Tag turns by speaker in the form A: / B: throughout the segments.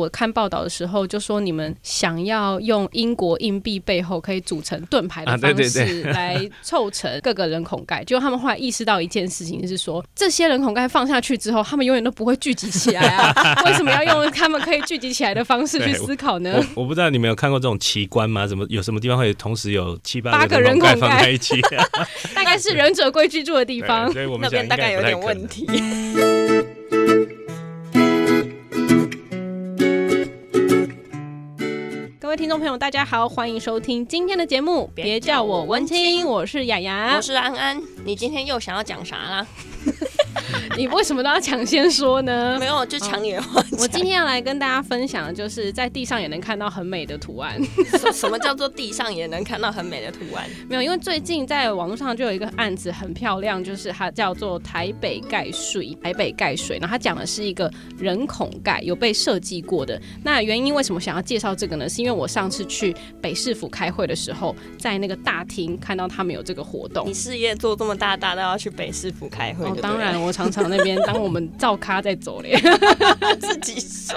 A: 我看报道的时候就说，你们想要用英国硬币背后可以组成盾牌的
B: 啊对
A: 方
B: 对
A: 式来凑成各个人孔盖，就他们后来意识到一件事情，是说这些人孔盖放下去之后，他们永远都不会聚集起来 啊！为什么要用他们可以聚集起来的方式去
B: 对
A: 思考呢？
B: 我我不知道你们有看过这种奇观吗？怎么有什么地方会同时有七八
A: 八个
B: 个人
A: 人
B: 口盖
A: 孔
B: 放
A: 盖
B: 在一起？
A: 大概是忍者龟居住的地方
B: 对，所以我们
C: 那
B: 想
C: 边
B: 应
C: 大
B: 该
C: 概有
B: 不太
C: 点
B: 可
C: 问
B: 能。
C: 题。
A: 各位听众朋友，大家好，欢迎收听今天的节目。别叫我文青，我是雅雅
C: 我。是安安，你今天又想要讲啥啦？
A: 你为什么都要抢先说呢
C: 没？有，就抢你的话 讲。
A: 我今天要来跟大家分享，的就是在地上也能看到很美的图 案。
C: 什什么叫做地上也能看到很美的图案？
A: 没有，因为最近在网络上就有一个案子很漂亮，就是它叫做台北盖水，台北盖水。然后它讲的是一个人孔盖，有被设计过的。那原因为什么想要介绍这个呢？是因为我上次去北市府开会的时候，在那个大厅看到他们有这个活动
C: 你。事业做这么大，大到要去北市府开会、
A: 哦
C: 就，对
A: 当然，
C: 了，
A: 我常常那边当我们照咖在走嘞。
C: 自己说。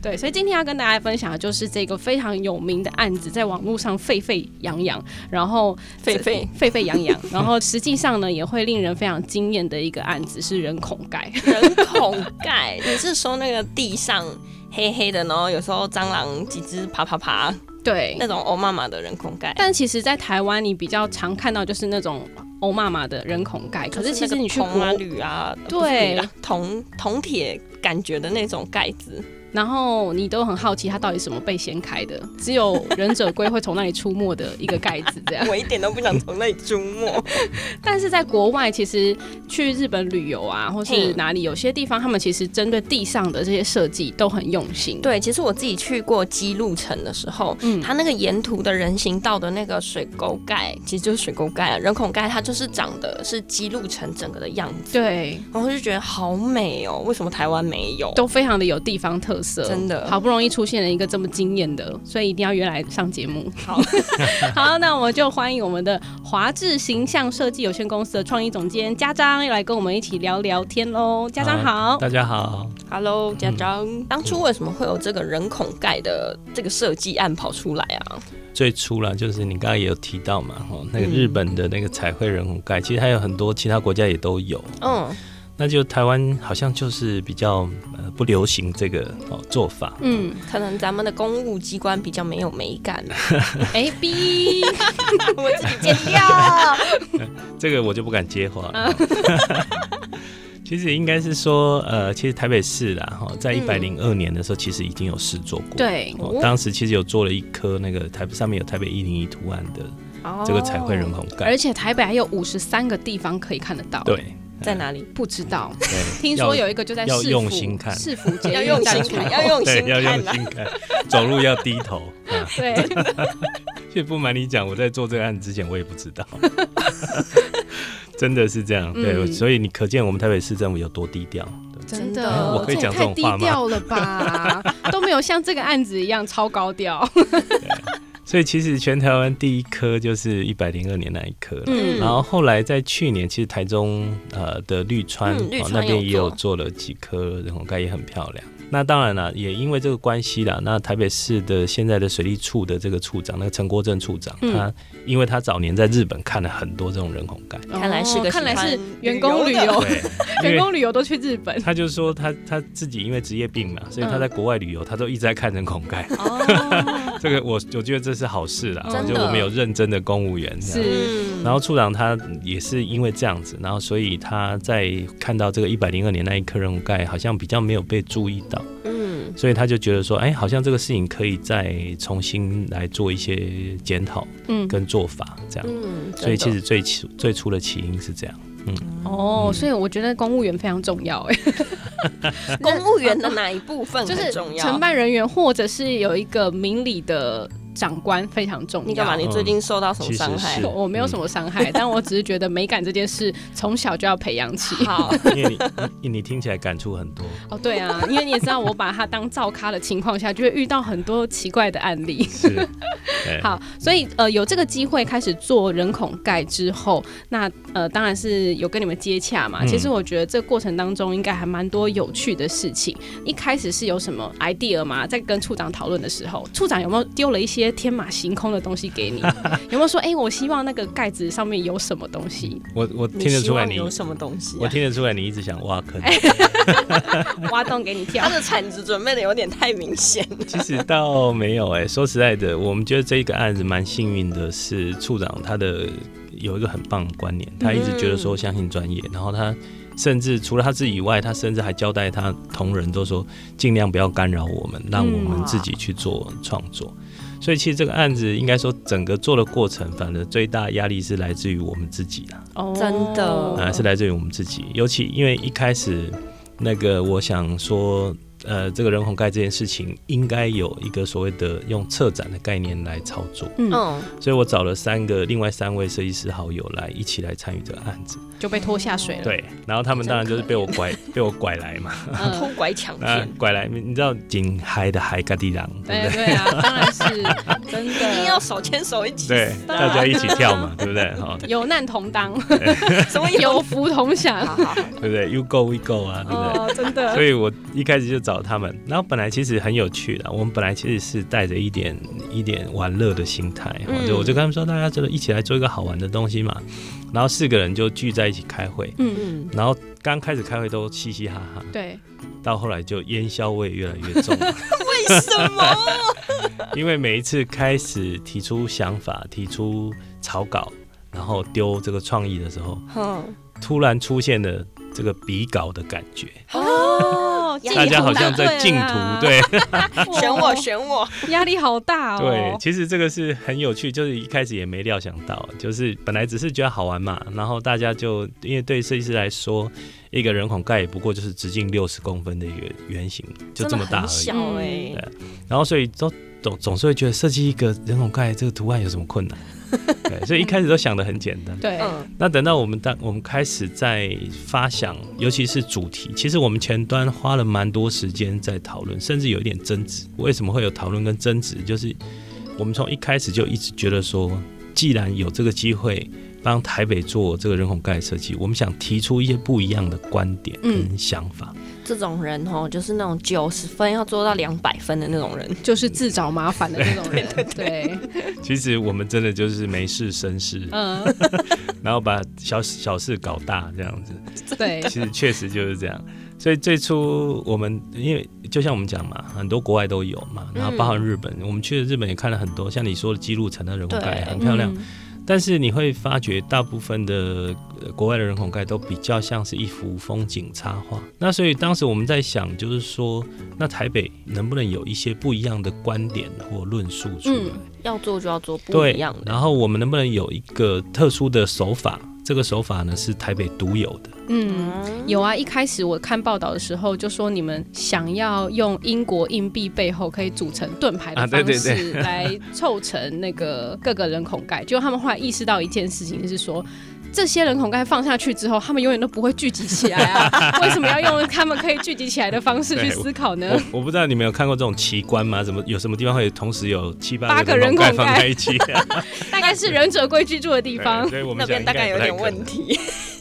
A: 对，所以今天要跟大家分享的就是这个非常有名的案子，在网络上沸沸扬扬，然后
C: 狒狒
A: 沸沸扬扬，然后实际上呢也会令人非常惊艳的一个案子是人孔盖。
C: 人孔盖， 你是说那个地上黑黑的，然后有时候蟑螂几只爬爬爬
A: 对，
C: 那种欧妈妈的人孔盖？
A: 但其实，在台湾你比较常看到就是那种欧妈妈的人孔盖，可是其实你去
C: 就是那个铜啊
A: 国，
C: 铝啊，
A: 对
C: 不是铝啦铜铜铁感觉的那种盖 子，
A: 然后你都很好奇它到底什么被掀开的，只有忍者龟会从那里出没的一个盖子这样。
C: 我一点都不想从那里出没。
A: 但是在国外，其实去日本旅游啊，或是
C: 嗯
A: 哪里，有些地方他们其实针对地上的这些设计都很用心。，
C: 对，其实我自己去过基路城的时候，
A: 嗯
C: 它那个沿途的人行道的那个水沟盖，其实就是水沟盖啊，人孔盖，它就是长的是基路城整个的样子，
A: 对，
C: 然后就觉得好美哦，为什么台湾没有？
A: 都非常的有地方特色，
C: 真的
A: 好不容易出现了一个这么惊艳的，所以一定要约来上节目。
C: 好，
A: 好，那我们就欢迎我们的华智形象设计有限公司的创意总监家章来跟我们一起聊聊天喽。家章好，
B: 大家好，嗯
C: Hello，家长，当初为什么会有这个人孔盖的这个设计案跑出来啊？
B: 最初啦，就是你刚刚也有提到嘛，哈，那个日本的那个彩绘人孔盖，其实还有很多其他国家也都有，
C: 嗯，
B: 那就台湾好像就是比较呃不流行这个哦做法。
A: 嗯，
C: 可能咱们的公务机关比较没有美感，
A: 哎、B，
C: 我自己剪 掉。
B: 这个我就不敢接话了。 其实应该是说，呃，其实台北市啦，哈，在一百零二年的时候，其实已经有试做过。、
A: 对，
B: 哦，当时其实有做了一颗那个台上面有台北一零一图案的
C: 哦
B: 这个彩绘人孔盖。
A: 而且台北还有五十三个地方可以看得到。
B: 对
C: 在哪里？
A: 不知道，
B: 嗯对，
A: 听说有一个就在
B: 要
A: 市府
B: 用心看
A: 市府捷运
C: 要用
A: 站
C: 心
A: 出
C: 看，
A: 口
C: 要用
B: 对
C: 心
B: 要
C: 看
B: 用
C: 啊！
B: 心看，走路要低头。啊，
A: 对，
B: 其实不瞒你讲，我在做这个案之前，我也不知 道。真的是这样，对，
A: 嗯
B: 所以你可见我们台北市政府有多低调。对
A: 真
C: 真
A: 的
C: 的，
B: 我可以讲
A: 这
B: 这
A: 也太
B: 种
A: 低
B: 话吗
A: 调了吧，都没有像这个案子一样超高调。
B: 所以其实全台湾第一颗就是一百零二年那一颗了。
A: 嗯
B: 然后后来在去年，其实台中呃的绿川、哦
C: 嗯绿川
B: 那边
C: 有
B: 也
C: 做
B: 有做了几颗人红盖，也很漂亮。那当然了，也因为这个关系啦，那台北市的现在的水利处的这个处长，那个陈国正处长，
A: 嗯
B: 他因为他早年在日本看了很多这种人红盖，
C: 看来是个
A: 哦看来
C: 喜
A: 是
C: 欢
A: 员工旅
C: 旅游
A: 游，
B: 对，因
A: 员
B: 为
A: 哦工旅游都去日本。
B: 他就说他他自己因为职业病嘛，所以他
A: 嗯
B: 在国外旅游，他都一直在看人孔盖。
A: 哦，
B: 这个我我觉得这是好事啦，
C: 真
B: 就
C: 的
B: 我们有认真的公务员这样。
A: 是，
C: 嗯，
B: 然后处长他也是因为这样子，然后所以他在看到这个一百零二年那一颗人孔盖好像比较没有被注意到，
C: 嗯，
B: 所以他就觉得说，哎，好像这个事情可以再重新来做一些检讨
A: 嗯，
B: 跟做法这样。
C: 嗯，
B: 所以其
C: 真的
B: 实最起最初的起因是 这样，嗯
A: 哦，所以我觉得公务员非常重要，哎，
C: 公务员的哪一部分
A: 就
C: 很
A: 是
C: 重要？
A: 承办人员或者是有一个明理的长官非常重要。
C: 你干嘛？你最近受到什
B: 嗯
C: 么
B: 其实
C: 伤害
B: 是？
A: 我没有什么伤害，但我只是觉得美感这件事从小就要培养起。
C: 好，
B: 因为你你你听起来感触很多，
A: 哦，对啊，因为你也知道，我把它当造咖的情况下，就会遇到很多奇怪的案 例。
B: 是，对
A: 好，所以呃，有这个机会开始做人孔盖之后，那呃，当然是有跟你们接洽嘛。
B: 嗯
A: 其实我觉得这个过程当中应该还蛮多有趣的事情。一开始是有什么 idea 吗？在跟处长讨论的时候，处长有没有丢了一些天马行空的东西 给你？有没有说，哎、我希望那个盖子上面有什么东西？
B: 我我
C: 你
B: 听得
C: 希
B: 出来
C: 望
B: 你，
C: 有哎什么东西、
B: 我
C: 啊？
B: 听得出来你一直想挖坑。
A: 挖洞给你跳
C: 他。的铲子准备的有点太明显了。
B: 其实倒没有哎、说实在的，我们觉得这个案子蛮幸运的，是处长他的有一个很棒的观念，他一直觉得
C: 嗯
B: 说相信专业，然后他甚至除了他自己以外，他甚至还交代他同仁都说尽量不要干扰我们，让我们自
C: 嗯
B: 己去做创作。所以其实这个案子应该说整个做的过程，反正最大压力是来自于我们自己啦。
A: 哦
C: 真的
B: 啊、是来自于我们自己。尤其因为一开始那个，我想说，呃，这个人红盖这件事情应该有一个所谓的用策展的概念来操作，
A: 嗯，
C: 嗯，
B: 所以我找了三个另外三位设计师好友来一起来参与这个案子。
A: 就被拖下水了。
B: 对，然后他们当然就是被我拐被我拐来 嘛，
A: 嗯
C: 偷拐抢
B: 那
C: 骗。
B: 拐来，你知道紧嗨的嗨嘎地郎，对不
A: 对
B: 对？
A: 对啊，当然是真
C: 一定要
A: 的，
C: 手牵手一起，
B: 对，大家一起跳嘛，对不对？ 哈，
A: 有难同当，
C: 什么 有？
A: 有福同享。
C: 好好好，
B: 对不对？You go, we go 啊，对不对？
A: 哦，真的
B: 所，以我一开始就找他们，然后本来其实很有趣的，我们本来其实是带着一点一点玩乐的心态，
C: 嗯
B: 我就我就跟他们说，大家就一起来做一个好玩的东西嘛，然后四个人就聚在一起开会，
A: 嗯，
C: 嗯，
B: 然后刚开始开会都嘻嘻哈哈，
A: 对，
B: 到后来就烟硝味越来越 重，
C: 为什 么？
B: 因为每一次开始提出想法、提出草稿，然后丢这个创意的时候，
C: 嗯，
B: 突然出现了这个比稿的感觉，
A: 哦，
C: 大
B: 大
C: 镜
B: 家
C: 头
B: 好像在
A: 竞
B: 竞图，对。
C: 选
B: 哦
C: 我，选我，
A: 压力好大哦。
B: 对，，其实这个是很有趣，就是一开始也没料想到，就是本来只是觉得好玩嘛，然后大家就因为对设计师来说，一个人孔盖也不过就是直径六十公分的一个圆形，就这么大而已嗯
C: 真。的很小哎、
B: 对然后所以都总总是会觉得设计一个人孔盖这个图案有什么困难？ 对，所以一开始都想的很简单。
A: 对，
C: 嗯，
B: 那等到我们当我们开始在发想，尤其是主题，其实我们前端花了蛮多时间在讨论，甚至有一点争执。为什么会有讨论跟争执？就是我们从一开始就一直觉得说，既然有这个机会帮台北做这个人孔盖设计，我们想提出一些不一样的观点跟想法。
C: 这种人哦，就是那种九十分要做到两百分的那种人，
A: 就是自找麻烦的那种人。对，
B: 其实我们真的就是没事生事，
A: 嗯，
B: 然后把小小事搞大这样子。
A: 对，
B: 其实确实就是这样。所以最初我们因为就像我们讲嘛，很多国外都有嘛，然后包
C: 嗯
B: 含日本，我们去日本也看了很多，像你说的姬路城的人孔盖
C: 对
B: 很漂亮，
A: 嗯。
B: 但是你会发觉大部分的呃国外的人孔盖都比较像是一幅风景插画。那所以当时我们在想，就是说，那台北能不能有一些不一样的观点或论述出来？
A: 嗯
C: 要做就要做不
B: 对
C: 一样，的。
B: 然后我们能不能有一个特殊的手法？这个手法呢是台北独有的。
A: 嗯
C: 嗯，
A: 有啊，一开始我看报道的时候就说你们想要用英国硬币背后可以组成盾牌的
B: 啊对
A: 方
B: 对
A: 式 来凑成那个各个人孔盖，结果他们后来意识到一件事情是说。这些人孔盖放下去之后，他们永远都不会聚集起来 啊！为什么要用他们可以聚集起来的方式去
B: 对我
A: 思考呢？
B: 我我不知道你们有看过这种奇观吗？怎么有什么地方会同时有七
A: 八
B: 八
A: 个
B: 个
A: 人
B: 人孔盖
A: 孔盖
B: 放在一 起？
A: 大概是忍者龟居住的地方
B: 对。所以我们
C: 那边
B: 想
C: 大概有点
B: 应该不太可
C: 问
B: 能。
C: 题。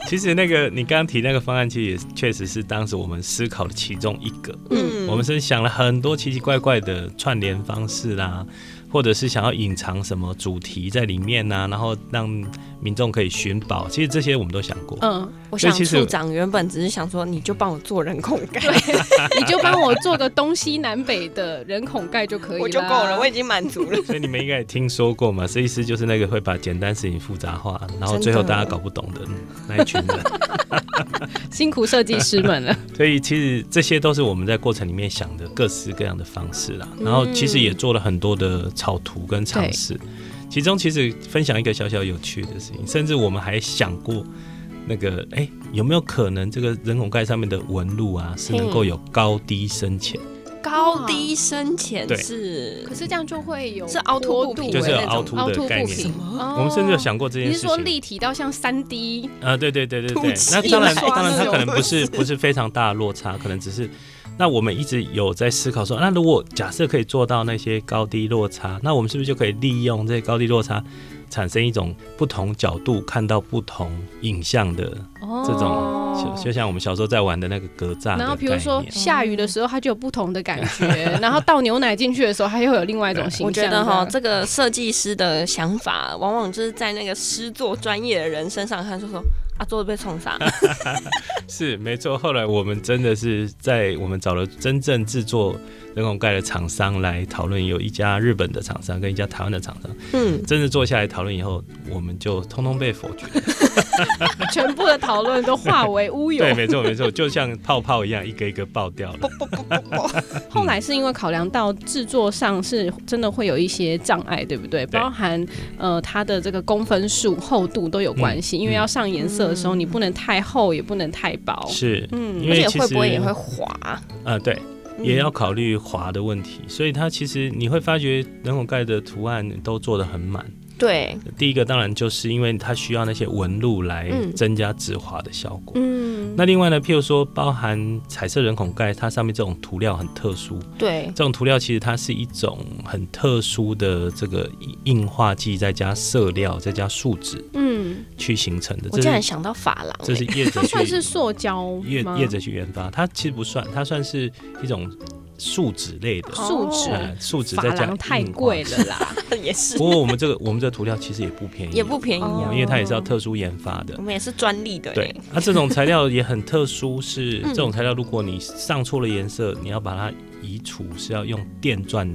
B: 其实那个你刚刚提那个方案，其实也确实是当时我们思考的其中一个。
A: 嗯
B: 我们是想了很多奇奇怪怪的串联方式啦，或者是想要隐藏什么主题在里面呐、然后让民众可以寻宝。其实这些我们都想过。
A: 嗯，
C: 我
B: 所以
C: 想
B: 其实
C: 处长原本只是想说，你就帮我做人孔盖，
A: 你就帮我做个东西南北的人孔盖就可以啦
C: 我就够了，我已经满足了。
B: 所以你们应该也听说过嘛，设计师就是那个会把简单事情复杂化，然后最后
C: 真的
B: 大家搞不懂的那一群人。
A: 辛苦设计师们了。
B: 所以其实这些都是我们在过程里面想的各式各样的方式啦。
A: 嗯
B: 然后其实也做了很多的草图跟尝试，其中其实分享一个小小有趣的事情，甚至我们还想过。那个哎、有没有可能这个人孔盖上面的纹路啊，是能够有高低深浅？
C: 高低深浅是
A: 可是这样就会有
C: 是凹凸不
A: 坡
C: 平
A: 度
C: 的
B: 就是有
C: 那
B: 凹
C: 种
B: 凸
A: 凹凸
B: 的概
A: 不
B: 念。
A: 平。哦
B: 我们甚至有想过这
A: 你
B: 件
A: 是
B: 事
A: 说
B: 情
A: 立体到像三 D
B: 啊，对对对对
C: 凸
B: 对。
C: 起
B: 那当然，
A: 来
B: 当然它
A: 那
B: 可能
C: 种
B: 不是不是非常大的落差，可能只是。那我们一直有在思考说，啊那如果假设可以做到那些高低落差，那我们是不是就可以利用这些高低落差，产生一种不同角度看到不同影像的，这种就就像我们小时候在玩的那个格栅的概念。
A: 哦然后比如说下雨的时候，它就有不同的感觉；然后倒牛奶进去的时候，它又有另外一种形象。
C: 我觉得哈，这个设计师的想法，往往就是在那个诗作专业的人身上看，就说啊，做的被冲傻。
B: 是没错，后来我们真的是在我们找了真正制作人工盖的厂商来讨论，有一家日本的厂商跟一家台湾的厂商，
C: 嗯，
B: 真的坐下来讨论以后，我们就通通被否决。
C: 哎
A: 全部的讨论都化为乌有
B: 对，。没错没错，就像泡泡一样，一个一个爆掉了。
A: 后来是因为考量到制作上是真的会有一些障碍，对不对？
B: 对
A: 包含呃它的这个公分数、厚度都有关
B: 嗯
A: 系，因为要上颜色的时候，你不能太厚，也不能太薄。
B: 是，
A: 嗯
B: 因
C: 而
B: 为
C: 且
B: 其
C: 会
B: 实
C: 不会也会滑？
B: 呃对，
C: 嗯
B: 也要考虑滑的问题，所以它其实你会发觉人孔盖的图案都做得很满。
C: 对，
B: 第一个当然就是因为它需要那些纹路来
C: 嗯
B: 增加止滑的效果。
A: 嗯，
B: 那另外呢，譬如说包含彩色人孔盖，它上面这种涂料很特殊，
C: 对，
B: 这种涂料其实它是一种很特殊的这个硬化剂，再加色料，再加树脂
A: 嗯，
B: 去形成的。
C: 我
B: 这
C: 竟然
B: 是
C: 想到发廊、
B: 这是
C: 欸
B: 业者
A: 它算
B: 去
A: 是塑胶
B: 业
A: 吗？
B: 业者去研发，它其实不算，它算是一种树脂类的。
A: 树脂
B: 呃树脂
A: 哦珐
B: 再加
A: 琅太
B: 硬化
A: 贵了啦，
C: 也是
B: 不过我们这个我们这个涂料其实也不便宜，
C: 也不便宜嗯
B: 哦
C: 啊，
B: 因为它也是要特殊研发的
C: 我。们也是专利的、欸。
B: 对，那、这种材料也很特殊，是
C: 嗯
B: 这种材料，如果你上错了颜色，你要把它移除，是要用电钻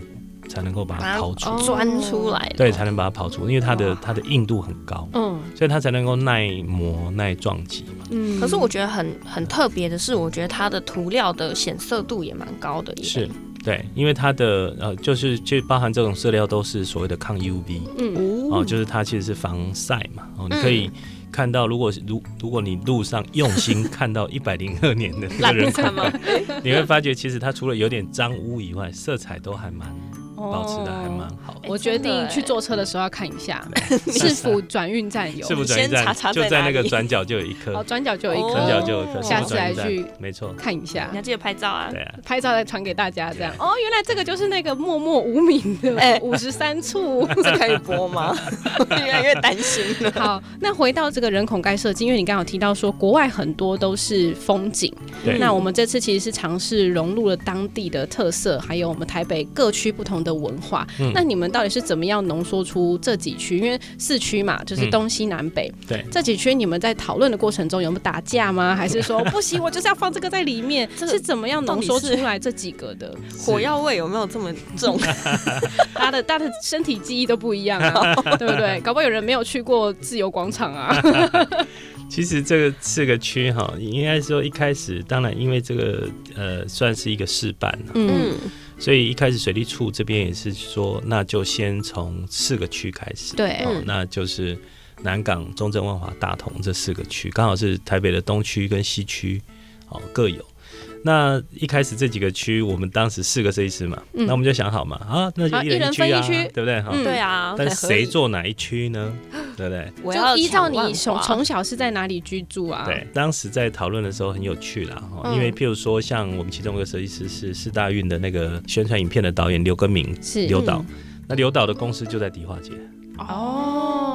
B: 才能够把它刨除，
A: 哦
C: 钻出来的，
B: 对，才能把它刨除，因为它的
C: 哇
B: 它的硬度很高，
A: 嗯
B: 所以它才能够耐磨耐撞击嘛。
A: 嗯。
C: 可是我觉得很很特别的是，我觉得它的涂料的显色度也蛮高的耶，
B: 是对，因为它的呃，就是就包含这种色料都是所谓的抗 UV，
A: 嗯
B: 哦，就是它其实是防晒嘛。哦，
C: 嗯
B: 你可以看到，如果是如如果你路上用心看到一百零二年的那
C: 烂
B: 个人
C: 看吗？
B: 你会发觉其实它除了有点脏污以外，色彩都还蛮保持的还蛮
A: 哦
B: 好的。
A: 我决
C: 真
A: 定
C: 的欸
A: 去坐车的时候要看一下 是否转运站有
B: 是，不转运
C: 先查
B: 站
C: 查
B: 就
C: 在
B: 在
C: 哪
B: 那个
C: 里
B: 转角就有一
A: 哦，
B: 颗，
A: 转角就有一
C: 哦
B: 转角
A: 颗，
B: 就有一颗，
A: 下
B: 是不
A: 次
B: 是转
A: 来
B: 运站
A: 去
B: 没错，
A: 看一下
C: 你要。记得拍 照啊
B: 对。啊，
A: 拍照再传给大家，这样哦，原来这个就是那个默默无名的
C: 哎
A: 五十三处。
C: 这可以 播吗？越来越担心了。
A: 好，那回到这个人孔盖设计，因为你刚刚有提到说国外很多都是风景，
C: 嗯
B: 对
A: 那我们这次其实是尝试融入了当地的特色，还有我们台北各区不同的文化。
B: 嗯
A: 那你们到底是怎么样浓缩出这几区？因为四区嘛，就是
B: 嗯
A: 东西南北。
B: 对
A: 这几区你们在讨论的过程中有没有打架吗？还是 说不行，我就是要放这个在里面？
C: 这个
A: 是怎么样浓缩
C: 到底是
A: 出来这几个的？
C: 火药味有没有这么重？
A: 大家的大家的身体记忆都不一样啊， 对不对？搞不好有人没有去过自由广场啊。
B: 其实这个四个区哈，应该说一开始，当然因为这个呃算是一个示范啊
A: 嗯，
C: 嗯，
B: 所以一开始水利处这边也是说，那就先从四个区开始。
A: 对
B: 哦
C: 嗯，
B: 那就是南港、中正、万华、大同这四个区，刚好是台北的东区跟西区，哦各有。那一开始这几个区，我们当时四个设计师嘛，
A: 嗯
B: 那我们就想好嘛，啊，那就
A: 好
B: 一
A: 一人
B: 人区
A: 分
B: 啊，
A: 一区
B: 对不对？哈、
A: 嗯
C: 对啊。
B: 但
C: 很合理
B: 谁？做哪一区 呢？对不对？
C: 我要
A: 就依照你
C: 抢
A: 从
C: 万华
A: 从小是在哪里居住啊？
B: 对，当时在讨论的时候很有趣啦，哈、
C: 嗯
B: 因为譬如说，像我们其中一个设计师是四大运的那个宣传影片的导演刘根明，
A: 是嗯
B: 刘导，那刘导的公司就在迪化街，
A: 哦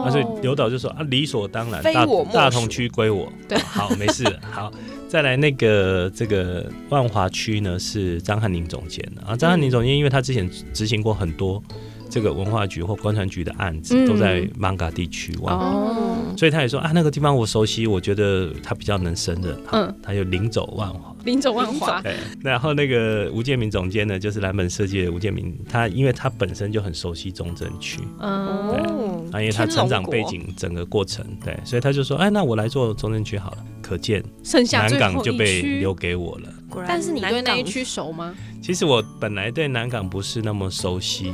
B: 那、所以刘导就说啊，理所当然，
C: 非
B: 大
C: 我莫属
B: 大同区归我。
A: 对
B: 好，没事。好，再来那个这个万华区呢是张汉宁总监
A: 嗯
B: 啊，张汉宁总监因为他之前执行过很多这个文化局或观传局的案子，
A: 嗯
B: 都在 Manga 地区哇。
A: 哦，
B: 所以他也说啊，那个地方我熟悉，我觉得他比较能胜任。嗯
A: 嗯，
B: 他就领走万华。
A: 林总万华，
B: 对，然后那个吴建明总监呢，就是蓝本设计的吴建明，他因为他本身就很熟悉中正区，
A: 嗯，
C: 哦
B: 啊，因为他成长背，
C: 天龙
B: 景整个过程，对，所以他就说，哎，那我来做中正区好了。可见
A: 剩下
B: 南
A: 最
B: 港
A: 后
B: 就被
A: 一
B: 留
A: 区。
B: 给我了。
C: 国果然
A: 但是你对那一
C: 南港
A: 区熟吗？
B: 其实我本来对南港不是那么熟悉，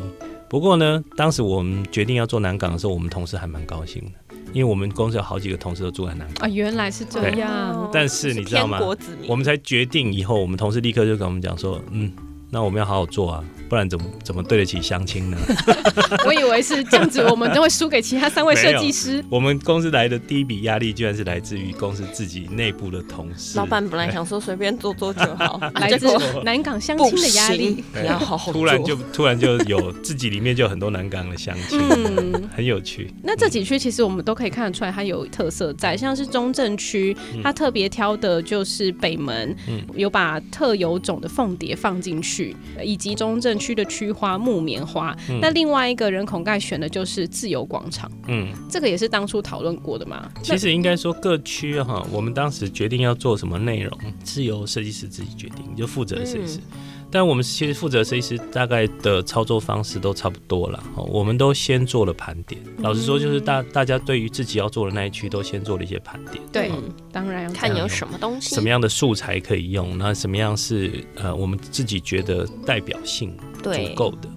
B: 不过呢，当时我们决定要做南港的时候，我们同事还蛮高兴的，因为我们公司有好几个同事都住在南
A: 啊，
B: 港。
A: 原来是这
C: 对
A: 样。
B: 哦但是你知道吗
C: 是偏国子民
B: 我们才决定以后，我们同事立刻就跟我们讲说，嗯，那我们要好好做啊，不然怎么怎么对得起相亲呢？
A: 我以为是这样子，我们都会输给其他三位设计师。
B: 我们公司来的第一笔压力，居然是来自于公司自己内部的同事。
C: 老板本来想说随便做做就 好，
A: 来
C: 结
A: 自
C: 果
A: 南港相
C: 不
A: 亲的压力
C: 行，，你要好好做
B: 突然就突然就有自己里面就有很多南港的相亲，
A: 嗯
B: 很有趣。
A: 那这几区其实我们都可以看得出来，它有特色在，
B: 嗯
A: 像是中正区，它特别挑的就是北门，
B: 嗯
A: 有把特有种的凤蝶放进去，以及中正区的区花木棉花。那另外一个人孔盖选的就是自由广场，
B: 嗯，
A: 这个也是当初讨论过的嘛。那
B: 其实应该说各区哈，我们当时决定要做什么内容，是由设计师自己决定，就负责的设计师。
A: 嗯
B: 但我们其实负责设计师大概的操作方式都差不多了，哦我们都先做了盘点。
A: 嗯
B: 老实说，就是大大家对于自己要做的那一区都先做了一些盘点。
A: 对
C: 嗯，
A: 当然要
C: 看有什么东西，
B: 什么样的素材可以用，那什么样是呃我们自己觉得代表性足
C: 对，
B: 够的，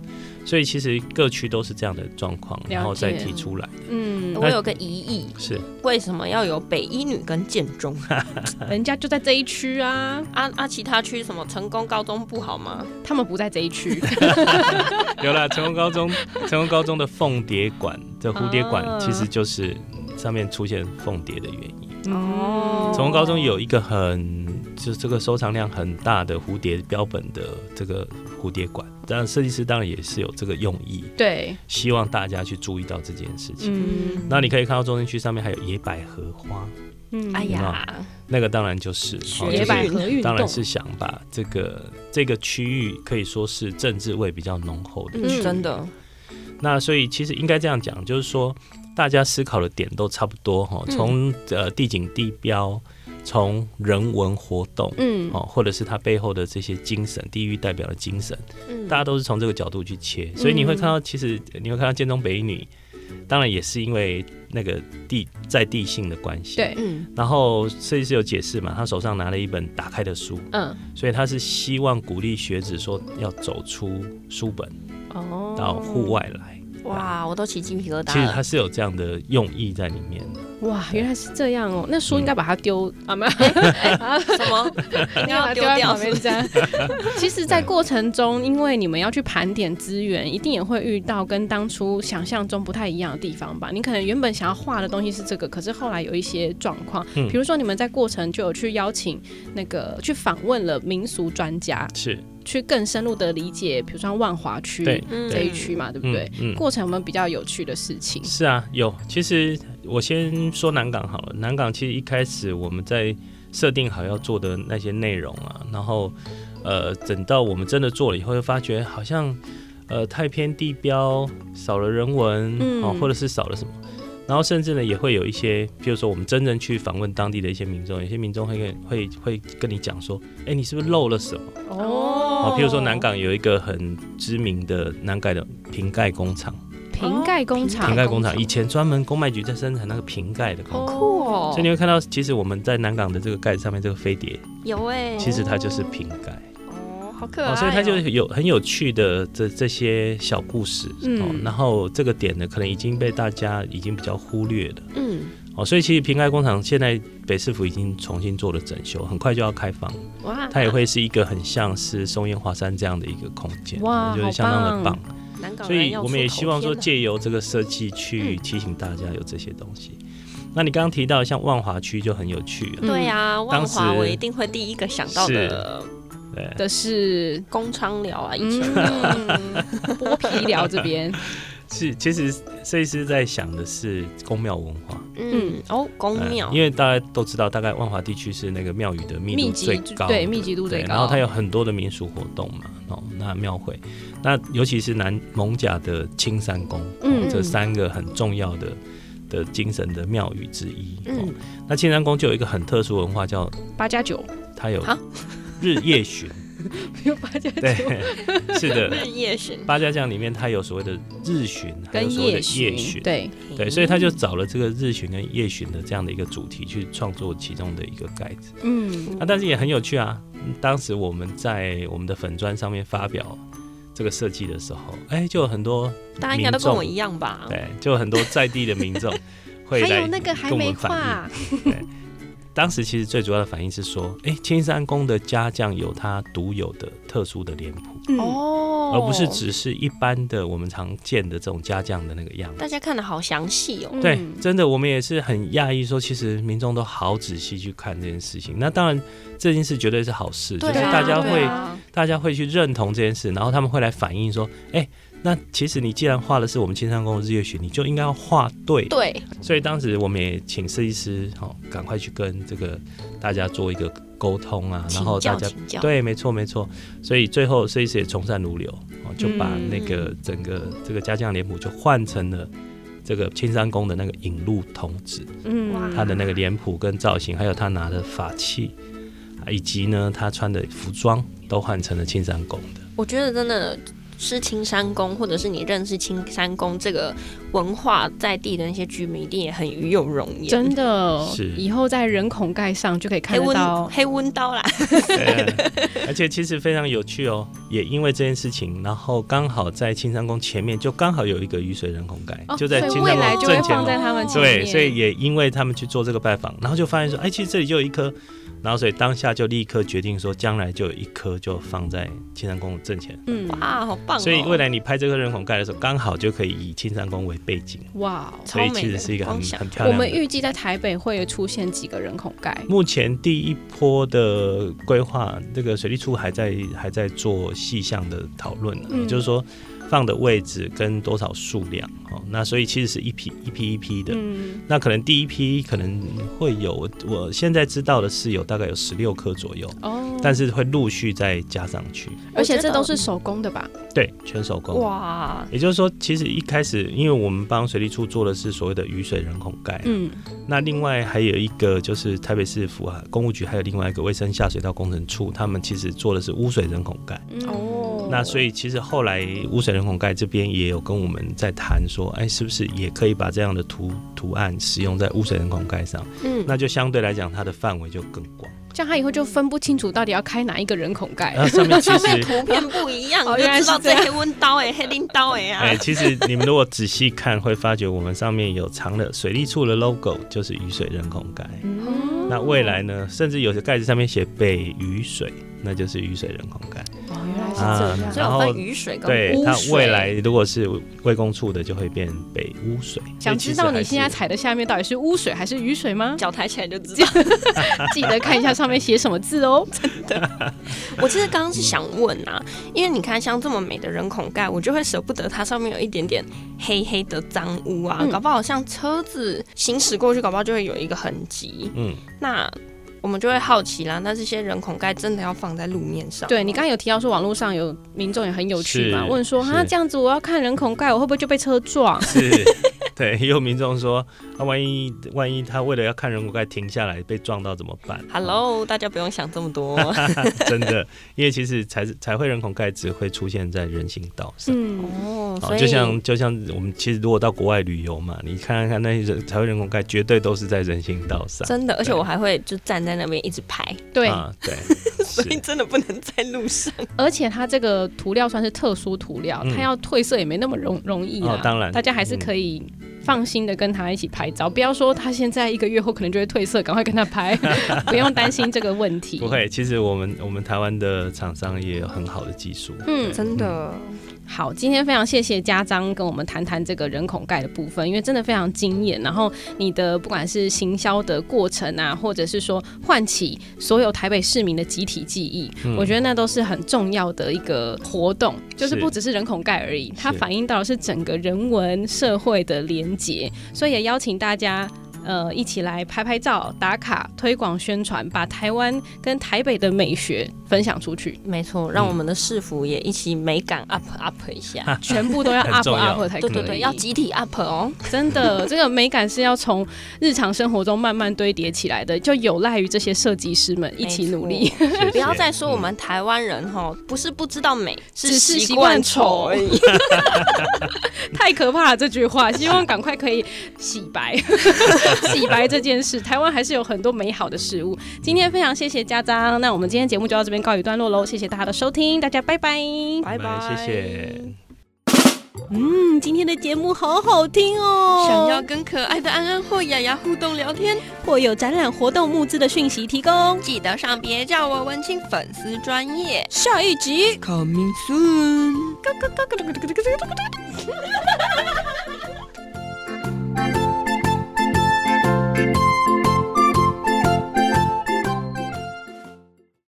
B: 所以其实各区都是这样的状况，
A: 解
B: 然后再提出来的。
A: 嗯，
C: 我有个疑义，
B: 是，
C: 为什么要有北一女跟建中
A: 人家就在这一区啊，
C: 啊啊？其他区什么成功高中不好吗？
A: 他们不在这一区。
B: 有了成功高中，成功高中的凤蝶馆，这蝴蝶馆
A: 啊
B: 其实就是上面出现凤蝶的原因。
A: 哦
C: 哦，
B: 成功高中有一个很，就是这个收藏量很大的蝴蝶标本的这个蝴蝶馆，当然设计师当然也是有这个用意，
A: 对，
B: 希望大家去注意到这件事情。
A: 嗯
B: 那你可以看到中间区上面还有野百合花，
A: 嗯，
C: 哎
A: 哎呀，
C: 呀，
B: 那个当然就是，
C: 是
B: 哦
A: 野百合运
B: 当然
A: 动，
B: 是想把这个这个区域可以说是政治味比较浓厚的。
A: 嗯
C: 嗯，真的，
B: 那所以其实应该这样讲，就是说大家思考的点都差不多哈，
C: 嗯
B: 从、呃地景地标，从人文活动。
A: 嗯
B: 哦，或者是它背后的这些精神，地域代表的精神，
C: 嗯
B: 大家都是从这个角度去切，所以你会看到，
A: 嗯
B: 其实你会看到建中北一女，当然也是因为那个地在地性的关系。
A: 对
C: 嗯
B: 然后设计师有解释嘛，他手上拿了一本打开的书，
A: 嗯，
B: 所以他是希望鼓励学子说要走出书本
A: 哦，
B: 嗯到户啊外来。
C: 哦哇，我都起鸡皮疙瘩
B: 其实
C: 了
B: 他。是有这样的用意在里面的。
A: 哇，原来是这样哦。那书应该把它丢啊，没有，
C: 什么？应该要丢
A: 在
C: 掉
A: 旁
C: 是
A: 边
C: 不是？
A: 这样。 其实，在过程中，因为你们要去盘点资源，一定也会遇到跟当初想象中不太一样的地方吧？你可能原本想要画的东西是这个，可是后来有一些状况，
B: 嗯
A: 比如说你们在过程就有去邀请那个去访问了民俗专家，
B: 是
A: 去更深入的理解，比如说像万华区
B: 对
C: 嗯
A: 这一区嘛，对不对？
B: 嗯嗯
A: 过程有没有比较有趣的事情？
C: 哦
B: 是啊，有。其实我先说南港好了。南港其实一开始我们在设定好要做的那些内容啊，然后呃，等到我们真的做了以后，就发觉好像呃太偏地标，少了人文，
A: 嗯
B: 哦，或者是少了什么。然后甚至呢，也会有一些，比如说我们真正去访问当地的一些民众，有些民众会跟会会跟你讲说，哎，你是不是漏了什么？
A: 哦
B: 哦，譬如说南港有一个很知名的南港的瓶盖工厂，
A: 瓶盖工
C: 啊
A: 厂
B: 瓶，盖工厂
C: 工厂
B: 以前专门公卖局在生产那个瓶盖的工厂，
C: 酷哦
B: 所以你会看到，其实我们在南港的这个盖子上面这个飞碟，
C: 有哎，
B: 其实它就是瓶盖，
C: 哦，好可爱
B: 哦，
C: 哦，
B: 所以它就有很有趣的这这些小故事，
A: 嗯
B: 哦，然后这个点呢，可能已经被大家已经比较忽略了，
C: 嗯，
B: 哦，所以其实瓶盖工厂现在北市府已经重新做了整修，很快就要开放，
C: 哇，
B: 它也会是一个很像是松烟华山这样的一个空间，
A: 哇
B: 我觉得相当的
A: 好
B: 棒
A: 棒。
C: 南港
B: 所
C: 人
B: 以
C: 要
B: 我们也
C: 出头
B: 希望说，
A: 啊
C: 天啊了
B: 借由这个设计
A: 嗯
B: 去提醒大家有这些东西。那你刚刚提到像万华区就很有趣
A: 嗯
B: 了，
C: 对啊呀，万
B: 当时
C: 华我一定会第一个想到的
B: 对，
A: 的是
C: 工商寮啊，以前
A: 嗯， 剥皮寮这边，
B: 是其实设计师在想的是宫庙文化，
C: 嗯，哦，公
B: 嗯
C: 庙
B: 因，为大家都知道，大概万华地区是那个庙宇的密
A: 密
B: 度
A: 集
B: 最高的，
A: 对密集度最
B: 对，
A: 高，
B: 然后它有很多的民俗活动嘛，哦，那庙会，那尤其是南蒙甲的青山宫，嗯、
A: 嗯
B: 这三个很重要的的精神的庙宇之一。哦
C: 嗯，
B: 那青山宫就有一个很特殊文化叫
A: 八加九，
B: 它有
C: 啊
B: 日夜巡，
A: 有八加
B: 对
A: 九，，
B: 是的，
C: 日 夜巡，
B: 八家将里面它有所谓的日巡，还有
A: 跟
B: 所谓的
A: 夜
B: 夜
A: 巡，
B: 巡，
A: 对，
B: 对，所以他就找了这个日巡跟夜巡的这样的一个主题去创作其中的一个盖子
A: 嗯，
B: 啊，但是也很有趣啊。嗯当时我们在我们的粉砖上面发表这个设计的时候，哎，就有很多
C: 大家应该都跟
B: 民众
C: 我一样吧？
B: 对，就有很多在地的民众会
A: 哦还
B: 来
A: 有那个还
B: 跟我
A: 没
B: 们反映。
A: 画，
B: 当时其实最主要的反应是说，哎、青山宫的家将有它独有的特殊的脸谱，
A: 嗯，
C: 哦，
B: 而不是只是一般的我们常见的这种家将的那个样子。
C: 大家看的好详细哦。
B: 对
A: 嗯，
B: 真的，我们也是很讶异，说其实民众都好仔细去看这件事情。那当然，这件事绝对是好事，就
C: 对啊
B: 是大家
A: 对
B: 会、
A: 啊
B: 大家会去认同这件事，然后他们会来反映说，哎、那其实你既然画的是我们青山宫的日月雪，你就应该要画对。
C: 对，啊
B: 所以当时我们也请设计师，好、赶快去跟这个大家做一个沟通啊，然后
C: 请
B: 大家
C: 教请教，
B: 对，没错没错。所以最后设计师也从善如流，哦，就把
A: 嗯
B: 那个整个这个家将脸谱就换成了。这个青山宫的那个引路童子，
A: 嗯，
B: 他的那个脸谱跟造型，还有他拿的法器，啊以及呢他穿的服装，都换成了青山宫 的。
C: 我觉得真的是青山宫，或者是你认识青山宫这个文化在地的那些居民，一定也很与有荣焉。
A: 真的
B: 是，
A: 以后在人孔盖上就可以看
C: 黑
A: 得
C: 温
A: 到。
C: 黑温刀啦，
B: 对，而且其实非常有趣哦，也因为这件事情，然后刚好在青山宫前面就刚好有一个雨水人孔盖，
A: 哦
B: 就在
A: 所以
B: 青
A: 未来
B: 山
A: 就
B: 宫
A: 会
B: 正前
A: 放
B: 方
A: 在他们前面，
B: 对，所以也因为他们去做这个拜访，然后就发现说，哎，其实这里就有一颗，然后所以当下就立刻决定说，将来就有一颗就放在青山宫的正前。
A: 嗯，
C: 哇，好棒、哦！
B: 所以未来你拍这个人孔盖的时候，刚好就可以以青山宫为背景，
A: 哇哦，
B: 所以其
C: 超美的
B: 实是一个很
C: 光想
B: 很漂
A: 我
B: 亮
A: 们
B: 的。
A: 预计在台北会出现几个人孔盖，
B: 目前第一波的规划，这个水利处还在还在做细项的讨论呢、
A: 嗯
B: 也就是说放的位置跟多少数量哦。那所以其实是一批一批一批的，
A: 嗯，
B: 那可能第一批可能会有，我我现在知道的是有大概有十六颗左右，
A: 哦，
B: 但是会陆续再加上去。
A: 而且这都是手工的吧？
B: 对，全手工。
C: 哇，
B: 也就是说，其实一开始，因为我们帮水利处做的是所谓的雨水人孔盖，
A: 嗯，
B: 那另外还有一个就是台北市府啊公务局，还有另外一个卫生下水道工程处，他们其实做的是污水人孔盖。
A: 嗯
C: 哦
B: 那所以其实后来污水人孔盖这边也有跟我们在谈说，哎，是不是也可以把这样的图图案使用在污水人孔盖上？
C: 嗯，
B: 那就相对来讲，它的范围就更 广。
A: 这样他以后就分不清楚到底要开哪一个人孔盖
B: 然。后上面其 实，
C: 图片不一样，
A: 哦
C: 你
A: 原来
C: 就是知道
A: 这
C: 这
A: 样
C: 黑温刀哎、黑拎刀哎、啊。
B: 哎，其实你们如果仔细看，会发觉我们上面有藏了水利处的 logo，就是雨水人孔盖。
A: 嗯
B: 那未来呢，甚至有些盖子上面写北雨水，那就是雨水人孔盖。
A: 哦原来是
B: 啊
A: 这样，嗯
C: 所以
B: 然
C: 我
B: 后
C: 分雨水跟
B: 对，
C: 污
B: 它
C: 水。
B: 未来如果是卫工处的，就会变北污水。
A: 想知道你现在
B: 才
A: 踩的下面到底是污水还是雨水 吗？
C: 脚抬起来就知道。
A: 记得看一下上面写什么字 哦。
C: 我其实刚刚是想问啊，因为你看像这么美的人孔盖，我就会舍不得它上面有一点点黑黑的脏污啊，
A: 嗯
C: 搞不好像车子行驶过去，搞不好就会有一个痕迹。
B: 嗯，
C: 那我们就会好奇啦，那这些人孔盖真的要放在路面上吗？
A: 对你刚刚有提到说网络上有民众也很有趣嘛，
B: 是
A: 问说哈
B: 是
A: 这样子我要看人孔盖，我会不会就被车 撞？
B: 是。对，也有民众说，啊，万一万一他为了要看人孔盖停下来被撞到怎么办？哦
C: Hello，大家不用想这么多。
B: 真的，因为其实彩彩绘人孔盖只会出现在人行道上。
A: 嗯，
C: 哦，
B: 好，
C: 所以
B: 就像就像我们其实如果到国外旅游嘛，你看看那些人彩绘人孔盖，绝对都是在人行道上。
C: 真的，而且我还会就站在那边一直拍，
A: 对，
B: 啊， 对，
C: 所以
B: 是
C: 真的不能在路上。
A: 而且它这个涂料算是特殊涂料，
B: 嗯
A: 它要褪色也没那么容容易啦、
B: 哦当然
A: 大家还是可以放心的跟它一起拍照，不要说它现在一个月后可能就会褪色，赶快跟它 拍，不用担心这个问题。
B: 不，会。其实我们我们台湾的厂商也有很好的技 术。
A: 嗯，
C: 真的，
A: 好，今天非常谢谢家章跟我们谈谈这个人孔盖的部分，因为真的非常惊艳。然后你的不管是行销的过程啊，或者是说唤起所有台北市民的集体记忆，
B: 嗯
A: 我觉得那都是很重要的一个活动，就是
B: 是
A: 不只是人孔盖而已，它
B: 是
A: 反映到的是整个人文社会的连结，所以也邀请大家。呃，一起来拍拍照、打卡、推广宣传，把台湾跟台北的美学分享出 去，
C: 没错，让我们的市府也一起美感 up up 一下。
A: 全部都要
B: 很
A: up
B: 重要
A: up 才可
C: 对
A: 以。
C: 对对，要集体 up 哦。
A: 真的，这个美感是要从日常生活中慢慢堆叠起来的，就有赖于这些设计师们一起努力。
B: 谢谢嗯
C: 不要再说我们台湾人哈，不是不知道美，
A: 嗯只是习惯丑
C: 而 已。
A: 太可怕了，这句话，希望赶快可以洗白， 洗白这件事。台湾还是有很多美好的事物。今天非常谢谢家长，那我们今天节目就到这边告一段落喽，谢谢大家的收听，大家拜拜。
C: 拜
B: 拜
C: 拜，
B: 谢谢。
A: 嗯，今天的节目好好听哦。
C: 想要跟可爱的安安或雅雅互动聊天，
A: 或有展览活动募资的讯息提供，
C: 记得上别叫我文青粉丝专业
A: 下一集
C: coming soon。